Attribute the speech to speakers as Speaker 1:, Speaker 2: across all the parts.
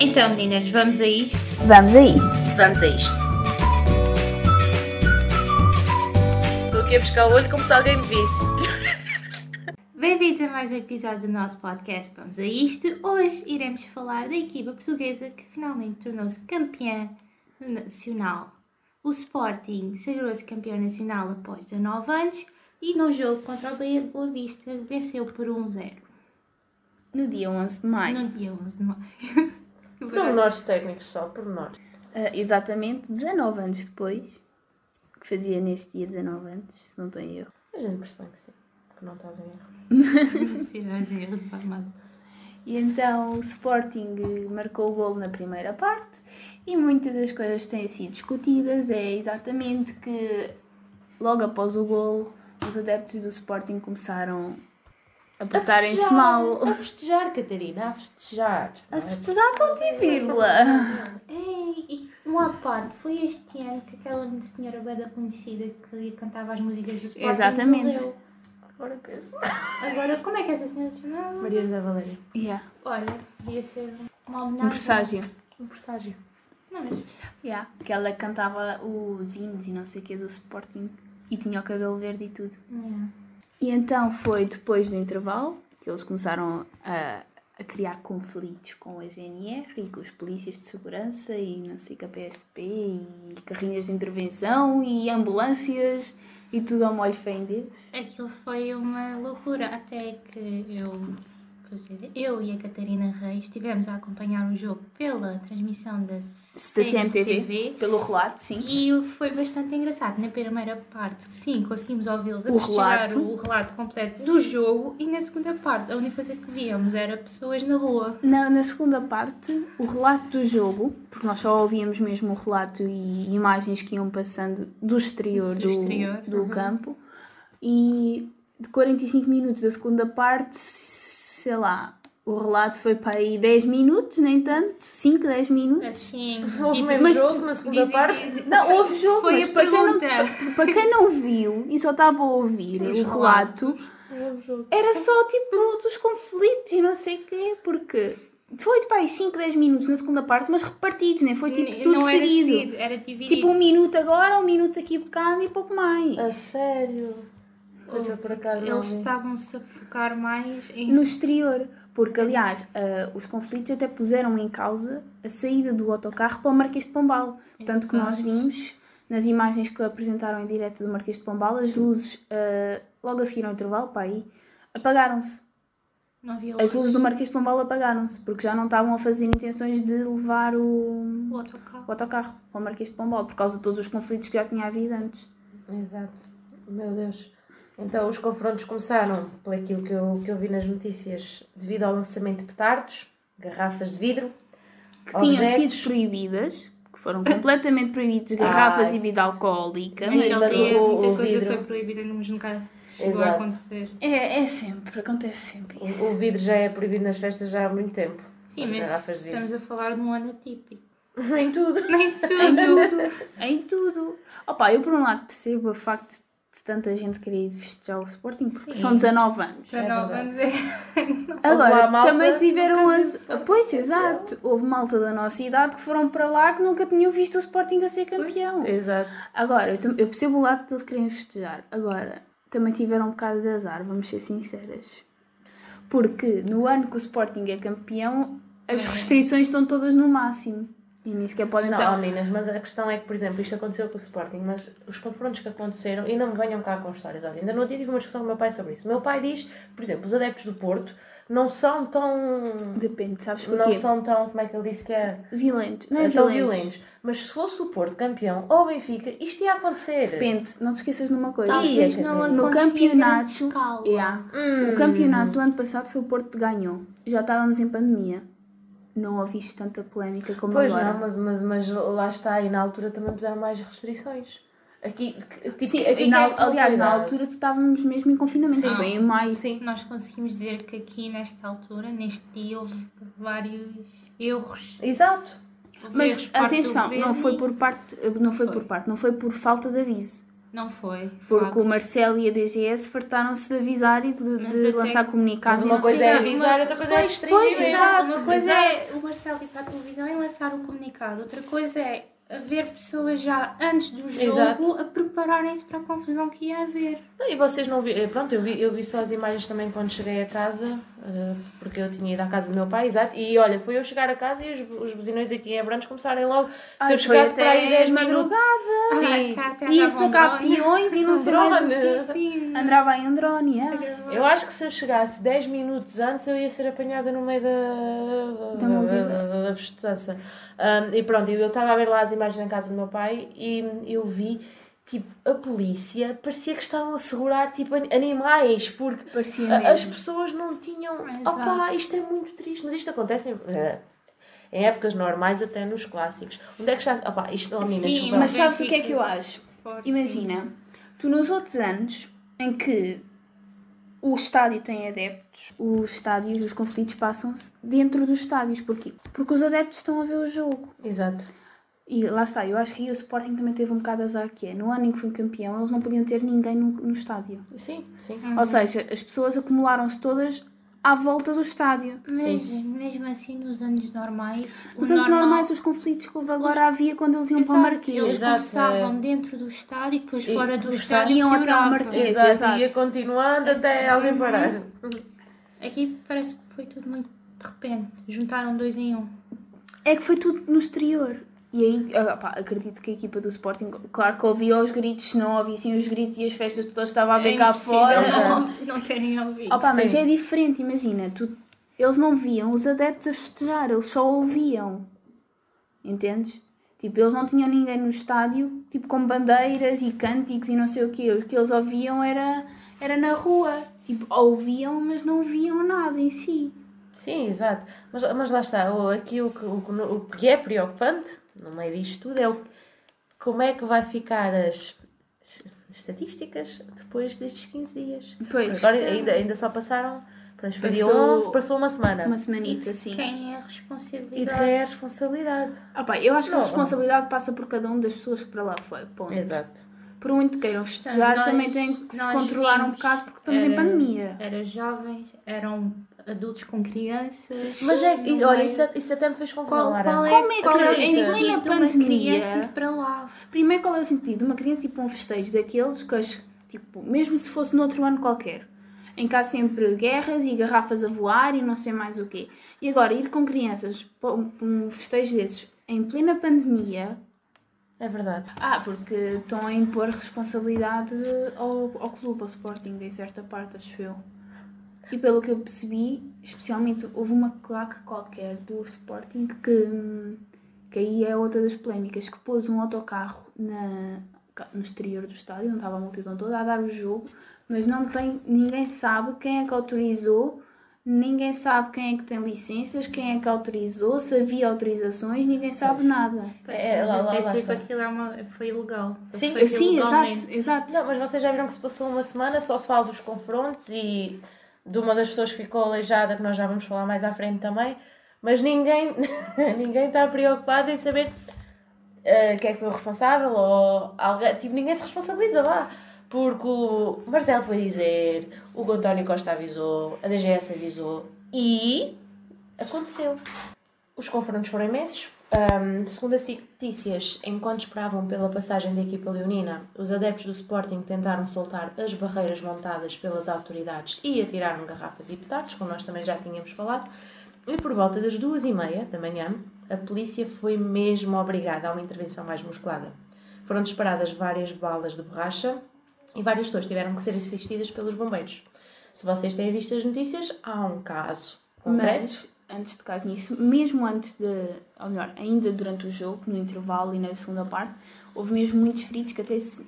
Speaker 1: Então, meninas, vamos a isto?
Speaker 2: Vamos a isto.
Speaker 3: Vamos a isto. Estou aqui a buscar o olho como se alguém me visse.
Speaker 1: Bem-vindos a mais um episódio do nosso podcast Vamos a Isto. Hoje iremos falar da equipa portuguesa que finalmente tornou-se campeã nacional. O Sporting sagrou-se campeão nacional após 19 anos e no jogo contra o Bahia de Boa Vista venceu por 1-0
Speaker 4: No dia 11 de maio.
Speaker 1: no dia 11 de maio.
Speaker 5: Pormenores técnicos só, pormenores.
Speaker 4: Ah, exatamente 19 anos depois, que fazia nesse dia 19 anos, se não estou em erro.
Speaker 5: A gente percebe que sim, que não estás em erro.
Speaker 1: Sim, nós íamos para o lado.
Speaker 4: E então o Sporting eh, marcou o gol na primeira parte e muitas das coisas que têm sido discutidas é exatamente que logo após o gol os adeptos do Sporting começaram a portarem-se mal. é?
Speaker 5: A festejar, Catarina, a festejar. é?
Speaker 4: A festejar ponto e vírgula.
Speaker 1: Ei, e uma parte, foi este ano que aquela senhora banda conhecida que cantava as músicas do Sporting
Speaker 4: Exatamente.
Speaker 1: morreu.
Speaker 5: Agora penso.
Speaker 1: Agora, como é que essa senhora se chamava?
Speaker 5: Maria José Valéria.
Speaker 4: Yeah,
Speaker 1: Olha, podia ser uma
Speaker 4: um
Speaker 1: homenagem.
Speaker 4: presságio.
Speaker 5: Um presságio.
Speaker 1: Não, mas
Speaker 4: Yeah. Que ela cantava os hinos e não sei o que do Sporting e tinha o cabelo verde e tudo. E então foi depois do intervalo que eles começaram a, a criar conflitos com a GNR e com os polícias de segurança e não sei que a PSP e carrinhas de intervenção e ambulâncias e tudo ao molho fé em Deus.
Speaker 1: aquilo foi uma loucura, até que eu, quer dizer, eu e a Catarina Reis estivemos a acompanhar o jogo pela transmissão da,
Speaker 4: Da CMTV, pelo relato, sim.
Speaker 1: E foi bastante engraçado. Na primeira parte, sim, conseguimos ouvi-los a
Speaker 4: O
Speaker 1: festejar
Speaker 4: relato.
Speaker 1: o relato completo do jogo. E na segunda parte, a única coisa que víamos era pessoas na rua.
Speaker 4: Na, na segunda parte, o relato do jogo, porque nós só ouvíamos mesmo o relato e imagens que iam passando do exterior
Speaker 1: Do
Speaker 4: do,
Speaker 1: exterior,
Speaker 4: do
Speaker 1: uhum.
Speaker 4: campo, e de 45 minutos da segunda parte, sei lá, o relato foi para aí 10 minutos, nem tanto, 5, 10 minutos.
Speaker 1: Assim.
Speaker 5: Houve
Speaker 1: e-
Speaker 5: mesmo
Speaker 4: mas-
Speaker 5: jogo na segunda parte.
Speaker 4: Não, houve jogo,
Speaker 1: Foi
Speaker 4: mas
Speaker 1: a
Speaker 4: para quem, não,
Speaker 1: pergunta.
Speaker 4: para- para quem não viu e só estava a ouvir
Speaker 5: Os
Speaker 4: o relato,
Speaker 5: Houve jogo.
Speaker 4: era só tipo dos conflitos e não sei o quê, porque foi pá, 5, 10 minutos na segunda parte, mas repartidos, nem foi tipo
Speaker 1: n-
Speaker 4: tudo
Speaker 1: não era
Speaker 4: seguido.
Speaker 1: decidido, era dividido.
Speaker 4: Tipo um minuto agora, um minuto aqui bocado e pouco mais.
Speaker 1: Ah,
Speaker 5: A sério? Pois eu por acaso não
Speaker 1: Eles
Speaker 5: vi.
Speaker 1: estavam-se a focar mais em.
Speaker 4: No exterior, porque aliás, ah, os conflitos até puseram em causa a saída do autocarro para o Marquês de Pombal. Tanto que nós
Speaker 1: Exato.
Speaker 4: vimos nas imagens que apresentaram em direto do Marquês de Pombal, as luzes, ah, logo a seguir ao intervalo, pá, aí apagaram-se.
Speaker 1: Não havia
Speaker 4: As luzes do Marquês de Pombal apagaram-se, porque já não estavam a fazer intenções de levar o,
Speaker 1: o autocarro.
Speaker 4: o autocarro ao Marquês de Pombal, por causa de todos os conflitos que já tinha havido antes.
Speaker 5: Exato. Meu Deus. Então os confrontos começaram, por aquilo que eu, que eu vi nas notícias, devido ao lançamento de petardos, garrafas de vidro,
Speaker 4: Que tinham
Speaker 5: objetos.
Speaker 4: sido proibidas, que foram completamente proibidas, garrafas
Speaker 5: Ai.
Speaker 4: e bebida alcoólica.
Speaker 5: Sim,
Speaker 1: Naquele
Speaker 5: mas
Speaker 1: dia,
Speaker 5: o-
Speaker 1: muita
Speaker 5: o
Speaker 1: coisa
Speaker 5: vidro-
Speaker 1: foi proibida, mas nunca chegou a
Speaker 5: Exato.
Speaker 1: acontecer.
Speaker 4: É, é sempre, acontece sempre isso.
Speaker 5: O, o vidro já é proibido nas festas já há muito tempo.
Speaker 1: Sim,
Speaker 5: As
Speaker 1: mas
Speaker 5: garrafas de vidro.
Speaker 1: estamos a falar de um ano atípico.
Speaker 5: Em tudo.
Speaker 1: Nem tudo.
Speaker 4: Em tudo. Opa, eu por um lado percebo o facto de tanta gente querer ir festejar o Sporting, porque
Speaker 1: Sim.
Speaker 4: são 19 anos.
Speaker 1: Já não vamos é.
Speaker 4: Agora,
Speaker 5: lá malta
Speaker 4: também tiveram as... Pois, exato. Houve malta da nossa idade que foram para lá que nunca tinham visto o Sporting a ser campeão.
Speaker 5: Exato.
Speaker 4: Agora, eu, tam- eu percebo o lado que eles querem festejar. Agora, também tiveram um bocado de azar, vamos ser sinceras. Porque no ano que o Sporting é campeão, as restrições estão todas no máximo. E nem sequer podem
Speaker 5: Não,
Speaker 4: estar.
Speaker 5: oh, meninas, mas a questão é que, por exemplo, isto aconteceu com o Sporting, mas os confrontos que aconteceram, e não me venham cá com histórias, olha, ainda no outro dia tive uma discussão com o meu pai sobre isso. O meu pai diz, por exemplo, os adeptos do Porto não são tão...
Speaker 4: Depende, sabes
Speaker 5: Não
Speaker 4: porquê?
Speaker 5: são tão, como é que ele disse que era?
Speaker 4: Violentos. Não
Speaker 5: Não
Speaker 4: é,
Speaker 5: tão
Speaker 4: violentos.
Speaker 5: violentos. Mas se fosse o Porto campeão ou o Benfica, isto ia acontecer.
Speaker 4: Depende, não te esqueças de uma coisa.
Speaker 1: Talvez
Speaker 5: Ia,
Speaker 1: não
Speaker 5: Catarina.
Speaker 4: No
Speaker 1: acontecia em grande
Speaker 4: campeonato,
Speaker 1: escala.
Speaker 4: Yeah. o campeonato do ano passado foi o Porto que ganhou. Já estávamos em pandemia. Não ouviste tanta polémica como
Speaker 5: Pois
Speaker 4: agora.
Speaker 5: não, mas, mas, mas lá está, e na altura também puseram mais restrições. Aqui, que- tipo,
Speaker 4: Sim,
Speaker 5: aqui
Speaker 4: e na-
Speaker 5: tem que tomar
Speaker 4: aliás, na
Speaker 5: cuidado.
Speaker 4: altura tu estávamos mesmo em confinamento.
Speaker 1: Sim.
Speaker 4: Foi em maio. Sim.
Speaker 1: Nós conseguimos dizer que aqui, nesta altura, neste dia, houve vários erros.
Speaker 5: Exato.
Speaker 1: Houve erros
Speaker 4: Mas
Speaker 1: por parte do
Speaker 4: atenção, não
Speaker 1: governo
Speaker 4: foi
Speaker 1: e-
Speaker 4: por parte, eh, não foi,
Speaker 1: Foi.
Speaker 4: por parte, não foi por falta de aviso.
Speaker 1: Não foi.
Speaker 4: Porque
Speaker 1: facto.
Speaker 4: o Marcelo e a DGS fartaram-se de avisar e de,
Speaker 1: Mas
Speaker 4: de
Speaker 1: até-
Speaker 4: lançar comunicados.
Speaker 5: Mas
Speaker 4: e
Speaker 5: uma
Speaker 4: não
Speaker 5: coisa
Speaker 4: sei
Speaker 5: é
Speaker 4: o quê.
Speaker 5: avisar, outra coisa é
Speaker 1: Pois, pois,
Speaker 5: restringir.
Speaker 1: exato. Uma
Speaker 4: Exato,
Speaker 1: coisa é o Marcelo ir para a televisão e lançar um comunicado. Outra coisa é haver pessoas já antes do jogo
Speaker 5: Exato.
Speaker 1: a prepararem-se para a confusão que ia haver.
Speaker 5: Não, E vocês não vi, eh, pronto, eu vi, eu vi só as imagens também quando cheguei a casa, eh, porque eu tinha ido à casa do meu pai, exato, e olha, fui eu chegar a casa e os, os buzinões aqui em Abrantes começarem logo, se
Speaker 4: Ai, foi
Speaker 5: eu chegasse para aí
Speaker 4: até
Speaker 5: 10 minutos,
Speaker 4: madrugada.
Speaker 1: Sim. Ah, cá até
Speaker 4: E
Speaker 1: andava
Speaker 4: isso Ah,
Speaker 1: um
Speaker 4: cá
Speaker 1: drone.
Speaker 4: peões e não sei mais o quê.
Speaker 5: drone.
Speaker 1: Sim.
Speaker 4: Andava em drone, é.
Speaker 5: eu acho que se eu chegasse 10 minutos antes eu ia ser apanhada no meio da,
Speaker 4: Da multidão.
Speaker 5: da, da festança. Ahm, e pronto, eu estava a ver lá as imagens na casa do meu pai e eu vi, tipo, a polícia parecia que estavam a segurar, tipo, an- animais, porque
Speaker 4: Parecia
Speaker 5: A- As
Speaker 4: mesmo.
Speaker 5: pessoas não tinham.
Speaker 1: Exato.
Speaker 5: Opa, isto é muito triste, mas isto acontece em, eh, em épocas normais, até nos clássicos. Onde é que está. Opa, isto oh, Nina,
Speaker 1: Sim,
Speaker 5: desculpa.
Speaker 4: Mas
Speaker 1: Bem,
Speaker 4: sabes o que é que eu
Speaker 1: fica-se
Speaker 4: acho?
Speaker 1: forte.
Speaker 4: Imagina, tu nos outros anos em que o estádio tem adeptos, os estádios, os conflitos passam-se dentro dos estádios. Porquê? Porque os adeptos estão a ver o jogo.
Speaker 5: Exato.
Speaker 4: E lá está, eu acho que aí o Sporting também teve um bocado azar que é. No ano em que foi campeão, eles não podiam ter ninguém no, no estádio.
Speaker 5: Sim, sim.
Speaker 1: Uhum.
Speaker 4: Ou seja, as pessoas acumularam-se todas à volta do estádio.
Speaker 1: Mas mesmo assim, nos anos normais.
Speaker 4: Os
Speaker 1: o
Speaker 4: anos
Speaker 1: normal-
Speaker 4: normais, os conflitos que houve agora havia quando eles iam
Speaker 1: Exato,
Speaker 4: para o Marquês.
Speaker 1: Eles
Speaker 5: Exato,
Speaker 1: conversavam dentro do estádio e depois
Speaker 5: E
Speaker 1: fora do
Speaker 5: do
Speaker 1: estádio.
Speaker 5: estádio
Speaker 4: iam até ao
Speaker 1: piorava.
Speaker 4: Marquês.
Speaker 5: Exato.
Speaker 4: exato.
Speaker 5: Ia continuando até alguém parar.
Speaker 1: Aqui parece que foi tudo muito de repente. Juntaram dois em um.
Speaker 4: É que foi tudo no exterior. E aí, ah, pá, acredito que a equipa do Sporting, claro que ouvia os gritos, se não ouvia sim os gritos e as festas todas estava a ver
Speaker 1: É
Speaker 4: cá
Speaker 1: impossível
Speaker 4: fora.
Speaker 1: Não, não terem ouvido.
Speaker 4: Opa, mas
Speaker 5: Sim.
Speaker 4: é diferente, imagina, tu- eles não viam os adeptos a festejar, eles só ouviam. Entendes? Tipo, eles não tinham ninguém no estádio, tipo, com bandeiras e cânticos e não sei o quê. O que eles ouviam era, era na rua. Tipo, ouviam, mas não viam nada em si.
Speaker 5: Sim, exato. Mas, mas lá está, o- aqui o, que- o, que no- o que é preocupante, no meio disto tudo, é o, como é que vai ficar as, as estatísticas depois destes 15 dias.
Speaker 4: Pois,
Speaker 5: Agora ainda, ainda só passaram, pronto, foi dia
Speaker 4: Passou-
Speaker 5: 11, passou uma semana.
Speaker 4: uma
Speaker 1: E
Speaker 4: semanita
Speaker 1: de
Speaker 4: assim.
Speaker 1: quem é a
Speaker 5: E de
Speaker 1: responsabilidade?
Speaker 5: quem é a responsabilidade.
Speaker 4: Ah pá, eu acho que
Speaker 5: Não.
Speaker 4: a responsabilidade passa por cada um das pessoas que para lá foi. Ponto.
Speaker 5: Exato.
Speaker 4: Por muito que queiram festejar,
Speaker 1: Portanto,
Speaker 4: também
Speaker 1: nós-
Speaker 4: têm que se
Speaker 1: nós
Speaker 4: controlar um
Speaker 1: vimos,
Speaker 4: bocado porque estamos em
Speaker 1: era-
Speaker 4: pandemia.
Speaker 1: Eram jovens, eram adultos com crianças.
Speaker 5: Mas é,
Speaker 1: Não
Speaker 5: olha,
Speaker 1: é-
Speaker 5: isso, isso até me fez confusão,
Speaker 1: Qual,
Speaker 5: Lara.
Speaker 1: qual é,
Speaker 4: Como é que
Speaker 1: qual é o
Speaker 5: isso-
Speaker 1: sentido de
Speaker 4: em
Speaker 1: uma
Speaker 4: plena pandemia-
Speaker 1: criança ir para lá?
Speaker 4: Primeiro, qual é o sentido de uma criança ir para um festejo daqueles que, as- tipo, mesmo se fosse noutro ano qualquer, em que há sempre guerras e garrafas a voar e não sei mais o quê. E agora, ir com crianças para um para um festejo desses em plena pandemia.
Speaker 5: É verdade.
Speaker 4: Ah, porque estão a impor responsabilidade ao, ao clube, ao Sporting, em certa parte, acho eu. E pelo que eu percebi, especialmente houve uma claque qualquer do Sporting que, hum, que aí é outra das polémicas, que pôs um autocarro na, no exterior do estádio, não estava a multidão toda a dar o jogo, mas não tem, ninguém sabe quem é que autorizou, ninguém sabe quem é que tem licenças, quem é que autorizou, se havia autorizações, ninguém sabe nada.
Speaker 5: É, lá- lá- lá
Speaker 1: Mas eu pensei
Speaker 5: está.
Speaker 1: que aquilo é uma, foi ilegal.
Speaker 5: Sim,
Speaker 1: Foi
Speaker 4: Sim,
Speaker 1: ilegalmente.
Speaker 4: exato, exato.
Speaker 5: Não, mas vocês já viram que se passou uma semana, só se fala dos confrontos e de uma das pessoas que ficou aleijada, que nós já vamos falar mais à frente também, mas ninguém, ninguém está preocupado em saber eh, quem é que foi o responsável ou alguém. Tipo, ninguém se responsabiliza lá. Porque o Marcelo foi dizer, o António Costa avisou, a DGS avisou e aconteceu. Os confrontos foram imensos. Ahm, segundo a SIC Notícias, enquanto esperavam pela passagem da equipa leonina, os adeptos do Sporting tentaram soltar as barreiras montadas pelas autoridades e atiraram garrafas e petardos, como nós também já tínhamos falado. E por volta das duas e meia da manhã, a polícia foi mesmo obrigada a uma intervenção mais musculada. Foram disparadas várias balas de borracha e várias pessoas tiveram que ser assistidas pelos bombeiros. Se vocês têm visto as notícias, há um caso concreto.
Speaker 4: Mas, antes de tocar nisso, mesmo antes de. Ou melhor, ainda durante o jogo, no intervalo e na segunda parte, houve mesmo muitos feridos que até se.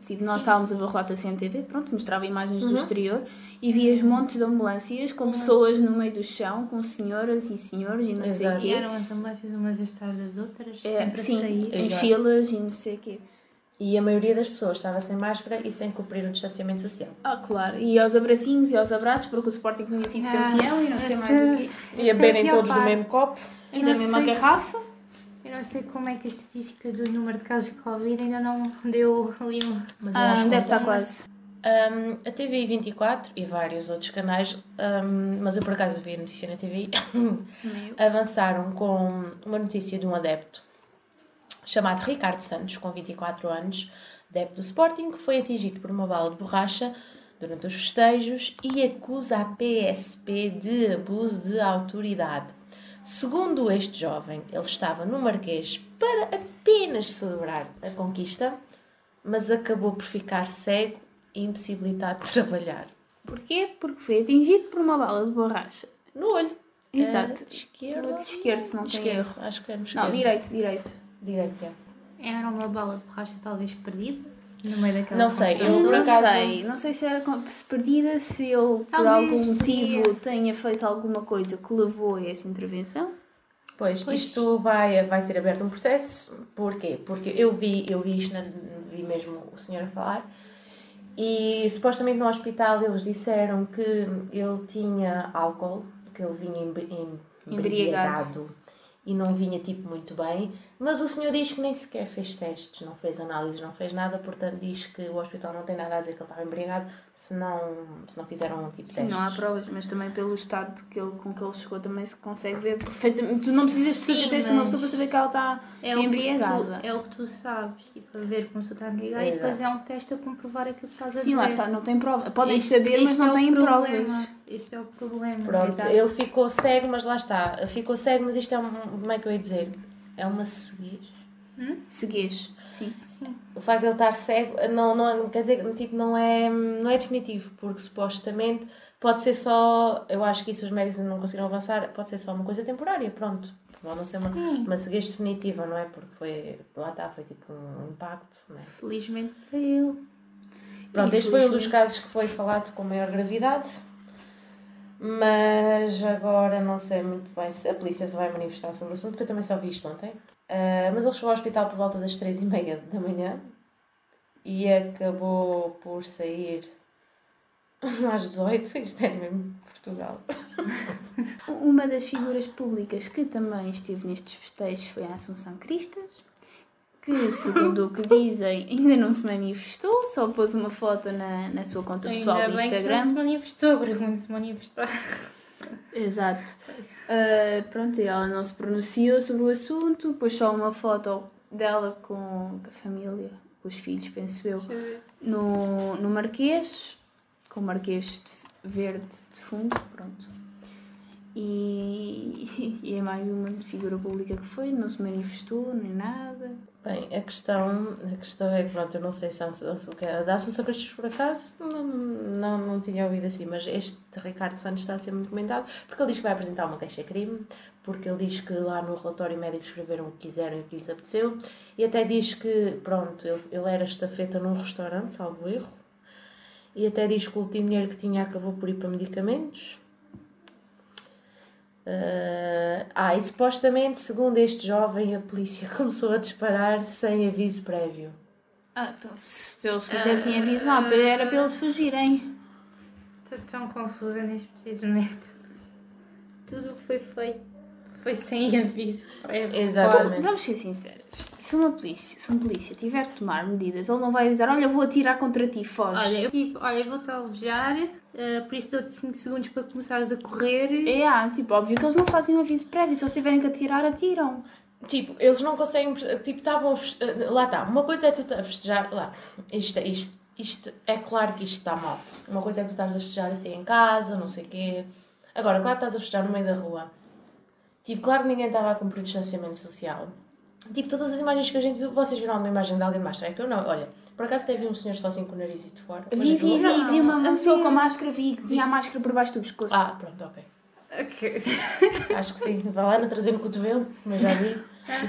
Speaker 4: se nós estávamos a ver o relato da CMTV, pronto, mostrava imagens do exterior e vias montes de ambulâncias com pessoas no meio do chão, com senhoras e senhores e não
Speaker 5: Exato.
Speaker 1: E
Speaker 4: sei o quê.
Speaker 1: eram as ambulâncias umas atrás das outras,
Speaker 4: É,
Speaker 1: sempre a
Speaker 4: sim,
Speaker 1: sair.
Speaker 4: em
Speaker 5: Exato.
Speaker 4: filas e não sei o quê.
Speaker 5: E a maioria das pessoas estava sem máscara e sem cumprir o distanciamento social.
Speaker 4: Ah, claro, e aos abracinhos e aos abraços, porque o Sporting tinha sido
Speaker 1: Ah,
Speaker 4: campeão e não sei mais o quê.
Speaker 1: Essa- essa é a pior parte.
Speaker 5: copo.
Speaker 4: E
Speaker 1: Eu
Speaker 4: da
Speaker 1: não
Speaker 4: mesma
Speaker 1: sei-
Speaker 4: garrafa.
Speaker 1: Eu não não sei como é que a estatística do número de casos de Covid ainda não deu ali um.
Speaker 5: Mas eu
Speaker 4: Ah,
Speaker 5: acho que
Speaker 4: deve
Speaker 5: não
Speaker 4: estar
Speaker 5: tem.
Speaker 4: quase.
Speaker 5: Um, a TV 24 e vários outros canais, um, mas eu por acaso vi a notícia na TV, avançaram com uma notícia de um adepto chamado Ricardo Santos, com 24 anos, adepto do Sporting, que foi atingido por uma bala de borracha durante os festejos e acusa a PSP de abuso de autoridade. Segundo este jovem, ele estava no Marquês para apenas celebrar a conquista, mas acabou por ficar cego e impossibilitado de trabalhar.
Speaker 4: Porquê? Porque foi atingido por uma bala de borracha.
Speaker 5: No olho.
Speaker 4: Exato.
Speaker 5: Eh,
Speaker 4: No olho
Speaker 5: esquerdo.
Speaker 4: esquerdo, se não tem erro.
Speaker 5: Esquerdo, acho que é no esquerdo.
Speaker 4: Não, direito, direito.
Speaker 5: Direito, é.
Speaker 1: Era uma bala de borracha talvez perdida no meio daquela.
Speaker 5: Não sei,
Speaker 1: confusão.
Speaker 5: Eu,
Speaker 4: Eu
Speaker 5: por
Speaker 4: não
Speaker 5: acaso-
Speaker 4: sei, não sei se era com- se perdida, se ele por
Speaker 1: Talvez
Speaker 4: algum
Speaker 1: seria.
Speaker 4: motivo tenha feito alguma coisa que levou a essa intervenção.
Speaker 5: Pois,
Speaker 1: Pois.
Speaker 5: isto vai, vai ser aberto um processo. Porquê? Porque eu vi, eu vi isto, na- vi mesmo o senhor a falar. E supostamente no hospital eles disseram que ele tinha álcool, que ele vinha embe- em-
Speaker 4: Embriagado.
Speaker 5: embriagado e não vinha tipo muito bem, mas o senhor diz que nem sequer fez testes, não fez análises, não fez nada, portanto diz que o hospital não tem nada a dizer que ele estava embriagado se não, se não fizeram tipo
Speaker 4: Sim,
Speaker 5: testes.
Speaker 4: não há provas, mas também pelo estado que ele, com que ele chegou também se consegue ver perfeitamente. Tu não precisas de fazer
Speaker 1: Sim,
Speaker 4: teste a uma pessoa para
Speaker 1: mas-
Speaker 4: saber que ela está
Speaker 1: É o, que tu,
Speaker 4: embriagada.
Speaker 1: é o que tu sabes, tipo, a ver como se está ligado e depois é um teste a comprovar aquilo que estás a dizer.
Speaker 4: Sim, lá está, não tem prova. Podem
Speaker 1: Este-
Speaker 4: saber, mas
Speaker 1: este
Speaker 4: não
Speaker 1: é o
Speaker 4: têm
Speaker 1: problema.
Speaker 4: provas.
Speaker 1: Este é o problema.
Speaker 5: Pronto,
Speaker 1: exato.
Speaker 5: ele ficou cego, mas lá está. Ficou cego, mas isto é um. Como é que eu ia dizer? É uma ceguez.
Speaker 4: Seguês. Sim.
Speaker 1: Sim.
Speaker 5: O facto de ele estar cego não, não, quer dizer, tipo, não, é, não é definitivo, porque supostamente pode ser só. Eu acho que isso os médicos ainda não conseguiram avançar, pode ser só uma coisa temporária, pronto. Pode não ser uma,
Speaker 1: Sim.
Speaker 5: uma ceguez definitiva, não é? Porque foi. Lá está, foi tipo um impacto, não é?
Speaker 1: Felizmente para ele.
Speaker 5: Pronto, este foi um dos casos que foi falado com maior gravidade, mas agora não sei muito bem se a polícia se vai manifestar sobre o assunto, porque eu também só vi isto ontem. Ah, mas ele chegou ao hospital por volta das três e meia da manhã e acabou por sair às 18, isto é mesmo Portugal.
Speaker 4: Uma das figuras públicas que também esteve nestes festejos foi a Assunção Cristas, que, segundo o que dizem, ainda não se manifestou, só pôs uma foto na, na sua conta pessoal
Speaker 1: Ainda
Speaker 4: do
Speaker 1: bem que
Speaker 4: Instagram.
Speaker 1: não se manifestou, porque quando se manifestar.
Speaker 4: Exato. Ah, pronto, e ela não se pronunciou sobre o assunto, pôs só uma foto dela com a família, com os filhos, penso eu, no, no Marquês, com o Marquês de verde de fundo, pronto. E, e é mais uma figura pública que foi, não se manifestou nem nada.
Speaker 5: Bem, a questão, a questão é que, pronto, eu não sei se a Assun- se o que é- da Assunção Cristas, por acaso, não, não, não tinha ouvido assim, mas este Ricardo Santos está a ser muito comentado, porque ele diz que vai apresentar uma queixa-crime, porque ele diz que lá no relatório médico escreveram o que quiseram e o que lhes apeteceu, e até diz que, pronto, ele, ele era estafeta num restaurante, salvo erro, e até diz que o último dinheiro que tinha acabou por ir para medicamentos. Eh, ah, e supostamente, segundo este jovem, a polícia começou a disparar sem aviso prévio.
Speaker 4: Ah, então, se eles Ah, quisessem avisar, era para eles fugirem.
Speaker 1: Estou tão confusa neste preciso momento. Tudo o que foi feito foi sem aviso. prévio.
Speaker 5: Exatamente.
Speaker 4: Vamos ser sinceros. Se uma polícia, se um polícia tiver que tomar medidas, ele não vai dizer, olha, eu vou atirar contra ti, foge.
Speaker 1: Olha, eu, tipo, olha, eu vou-te alvejar, eh, por isso dou-te 5 segundos para começares a correr.
Speaker 4: É, ah, tipo, óbvio que eles não fazem um aviso prévio. Se eles tiverem que atirar, atiram.
Speaker 5: Tipo, eles não conseguem. perce- Tipo, estavam. a fes- Lá está. Uma coisa é tu a festejar. Lá. Isto, isto, isto. É claro que isto está mal. Uma coisa é que tu estás a festejar assim em casa, não sei o quê. Agora, claro que estás a festejar no meio da rua. Tipo, claro que ninguém estava a cumprir o distanciamento social. Tipo, todas as imagens que a gente viu, vocês viram alguma imagem de alguém mais estranha que eu não? Olha, por acaso teve um senhor sozinho com o nariz de fora. Mas
Speaker 4: Vi, vi,
Speaker 5: aquilo-
Speaker 4: vi,
Speaker 1: Não,
Speaker 4: vi uma
Speaker 1: havia-
Speaker 4: pessoa com máscara, vi que tinha a máscara por baixo do pescoço.
Speaker 5: Ah, pronto, ok.
Speaker 1: Ok.
Speaker 5: Acho que sim. Vai lá na trazer no cotovelo, mas já vi.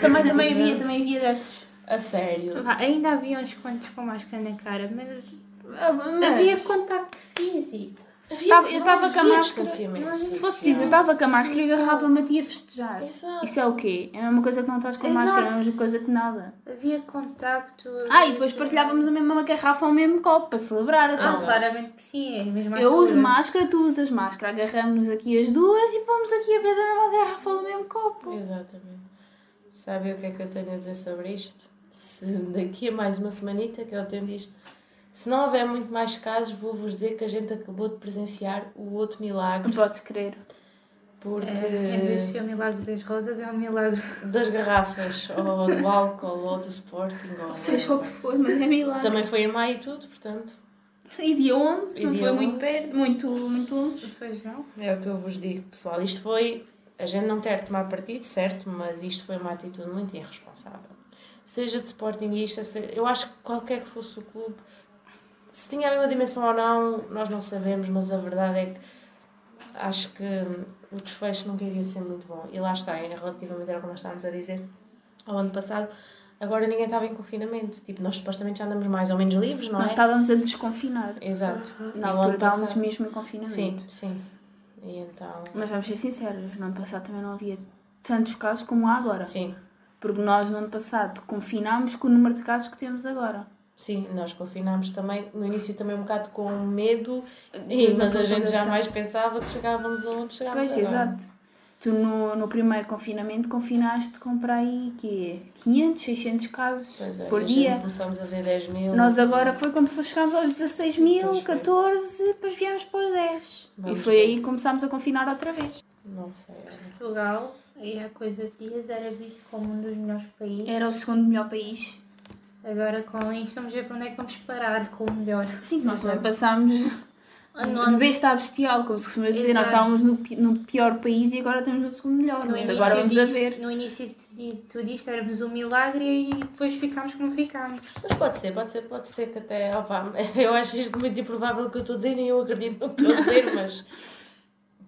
Speaker 4: Também, também havia, também havia desses.
Speaker 5: A sério.
Speaker 1: Vá, ainda havia uns quantos com máscara na cara, mas,
Speaker 4: mas-
Speaker 1: havia contacto físico.
Speaker 4: Tava- eu estava
Speaker 5: não
Speaker 4: com a
Speaker 5: havia
Speaker 4: máscara.
Speaker 5: distanciamento
Speaker 4: Mas se
Speaker 5: social.
Speaker 4: fosse preciso, eu estava com a máscara e agarrava-me a ti a festejar.
Speaker 5: Exato.
Speaker 4: Isso é o quê? É a mesma coisa que não estás com a
Speaker 1: Exato.
Speaker 4: máscara, é a mesma coisa que nada.
Speaker 1: Havia contacto.
Speaker 4: Ah, e depois partilhávamos a mesma garrafa ou o mesmo copo para celebrar.
Speaker 1: Ah,
Speaker 4: Então.
Speaker 1: claramente que sim, é a mesma
Speaker 4: eu uso
Speaker 1: altura.
Speaker 4: máscara, tu usas máscara. Agarramos-nos aqui as duas e pomos aqui a beber da mesma garrafa ou do mesmo copo.
Speaker 5: Exatamente. Sabem o que é que eu tenho a dizer sobre isto? Se daqui a mais uma semanita que eu tenho disto, se não houver muito mais casos, vou-vos dizer que a gente acabou de presenciar o outro milagre.
Speaker 4: Podes crer.
Speaker 5: Porque
Speaker 4: É,
Speaker 1: Em vez de ser o milagre das rosas, é um milagre.
Speaker 5: das garrafas, ou do álcool, ou do Sporting, ou
Speaker 4: Seja o que for, mas é milagre.
Speaker 5: Também foi em maio e tudo, portanto,
Speaker 4: E dia 11,
Speaker 5: E
Speaker 4: não
Speaker 5: dia
Speaker 4: foi
Speaker 5: 11.
Speaker 4: muito perto, muito, muito longe.
Speaker 1: Pois não?
Speaker 5: é o que eu vos digo, pessoal. Isto foi. A gente não quer tomar partido, certo, mas isto foi uma atitude muito irresponsável. Seja de sportinguista, se- eu acho que qualquer que fosse o clube, se tinha a mesma dimensão ou não, nós não sabemos, mas a verdade é que acho que hum, o desfecho nunca iria ser muito bom. E lá está, é relativamente ao que nós estávamos a dizer ao ano passado, agora ninguém estava em confinamento. Tipo, nós supostamente já andamos mais ou menos livres, não é?
Speaker 4: Nós estávamos a desconfinar.
Speaker 5: Exato. E o
Speaker 4: Na
Speaker 5: ano
Speaker 4: altura estávamos
Speaker 5: passado-
Speaker 4: mesmo em confinamento.
Speaker 5: Sim, sim. E então.
Speaker 4: Mas vamos ser sinceros, no ano passado também não havia tantos casos como há agora.
Speaker 5: Sim,
Speaker 4: Porque nós no ano passado confinámos com o número de casos que temos agora.
Speaker 5: sim, nós confinámos também, no início também um bocado com medo, e,
Speaker 4: Da
Speaker 5: mas a gente
Speaker 4: propagação.
Speaker 5: jamais pensava que chegávamos aonde chegámos
Speaker 4: Pois,
Speaker 5: agora.
Speaker 4: exato. Tu no, no primeiro confinamento confinaste com para aí quê? 500, 600 casos
Speaker 5: Pois é,
Speaker 4: por
Speaker 5: a gente
Speaker 4: dia.
Speaker 5: Começámos a ver 10 mil.
Speaker 4: Nós agora foi quando foi- chegámos aos 16 mil,
Speaker 5: Pois foi.
Speaker 4: 14, depois viemos para os 10.
Speaker 5: Vamos
Speaker 4: e foi
Speaker 5: ver.
Speaker 4: aí que começámos a confinar outra vez.
Speaker 5: Não sei. olha.
Speaker 1: Portugal, aí há coisa de dias, era visto como um dos melhores países.
Speaker 4: Era o segundo melhor país.
Speaker 1: Agora com isto vamos ver para onde é que vamos parar com o melhor.
Speaker 4: Sim, que nós também passámos de
Speaker 1: No,
Speaker 4: besta a bestial, como se costuma dizer. Nós
Speaker 1: Exato.
Speaker 4: estávamos no, pi- no pior país e agora estamos no segundo melhor. é?
Speaker 1: no
Speaker 4: Mas
Speaker 1: início
Speaker 4: agora vamos a
Speaker 1: disto-
Speaker 4: ver.
Speaker 1: No início de tudo isto éramos um milagre e depois ficámos como ficámos.
Speaker 5: Mas pode ser, pode ser, pode ser que até. Opa, eu acho isto muito improvável o que eu estou a dizer, nem eu acredito no que estou a dizer, mas.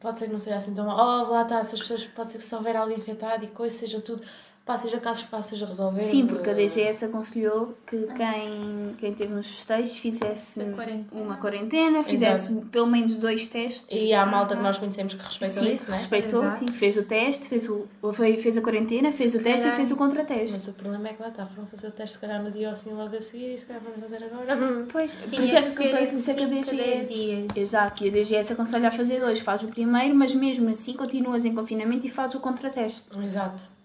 Speaker 5: Pode ser que não seja assim tão mal. Oh, lá está, essas pessoas, pode ser que se houver algo infectado e coisa, seja tudo. Pá, seja casos fáceis de resolver.
Speaker 4: Sim, porque a é
Speaker 5: eh,
Speaker 4: DGS aconselhou que
Speaker 1: Ah.
Speaker 4: quem, quem teve nos festejos fizesse
Speaker 1: Uma quarentena.
Speaker 4: uma quarentena, fizesse pelo menos dois testes.
Speaker 5: eh, E há a malta que nós conhecemos que respeitam
Speaker 4: Uhum. Sim,
Speaker 5: isso, não é?
Speaker 4: respeitou,
Speaker 1: Exato.
Speaker 4: sim, fez o teste, fez, o, foi- fez a quarentena, fez o teste e
Speaker 1: calhar.
Speaker 4: fez o contrateste.
Speaker 5: Mas o problema é que lá está, foram fazer o teste se calhar no dia ou assim logo a seguir e se calhar vamos fazer agora.
Speaker 4: Pois, por
Speaker 1: Tinha
Speaker 4: isso é
Speaker 1: de
Speaker 4: que,
Speaker 1: ser
Speaker 4: por isso é que a
Speaker 1: cinco a dez
Speaker 4: DGS.
Speaker 1: dias.
Speaker 4: Exato, e a DGS aconselha a fazer dois. Faz o primeiro, mas mesmo assim continuas em confinamento e faz o contrateste.
Speaker 5: Exato.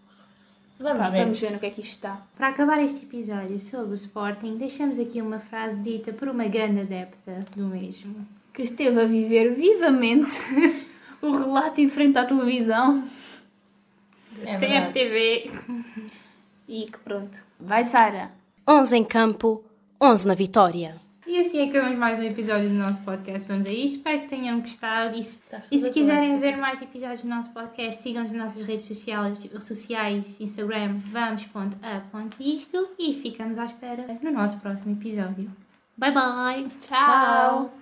Speaker 5: Vamos
Speaker 4: Pá,
Speaker 5: ver.
Speaker 4: vamos ver no que é que isto está.
Speaker 1: Para acabar este episódio sobre o Sporting, deixamos aqui uma frase dita por uma grande adepta do mesmo.
Speaker 4: Que esteve a viver vivamente o relato em frente à televisão.
Speaker 5: É verdade.
Speaker 1: CFTV.
Speaker 4: E que pronto. Vai, Sara.
Speaker 2: 11 em campo, 11 na vitória.
Speaker 1: E assim acabamos mais um episódio do nosso podcast. Vamos a isto. Espero que tenham gostado. E se,
Speaker 5: Estás
Speaker 1: e
Speaker 5: toda
Speaker 1: se quiserem
Speaker 5: doença.
Speaker 1: ver mais episódios do nosso podcast, sigam-nos nas nossas redes sociais, sociais Instagram, vamos.a.isto. E ficamos à espera no nosso próximo episódio. Bye bye!
Speaker 4: Tchau.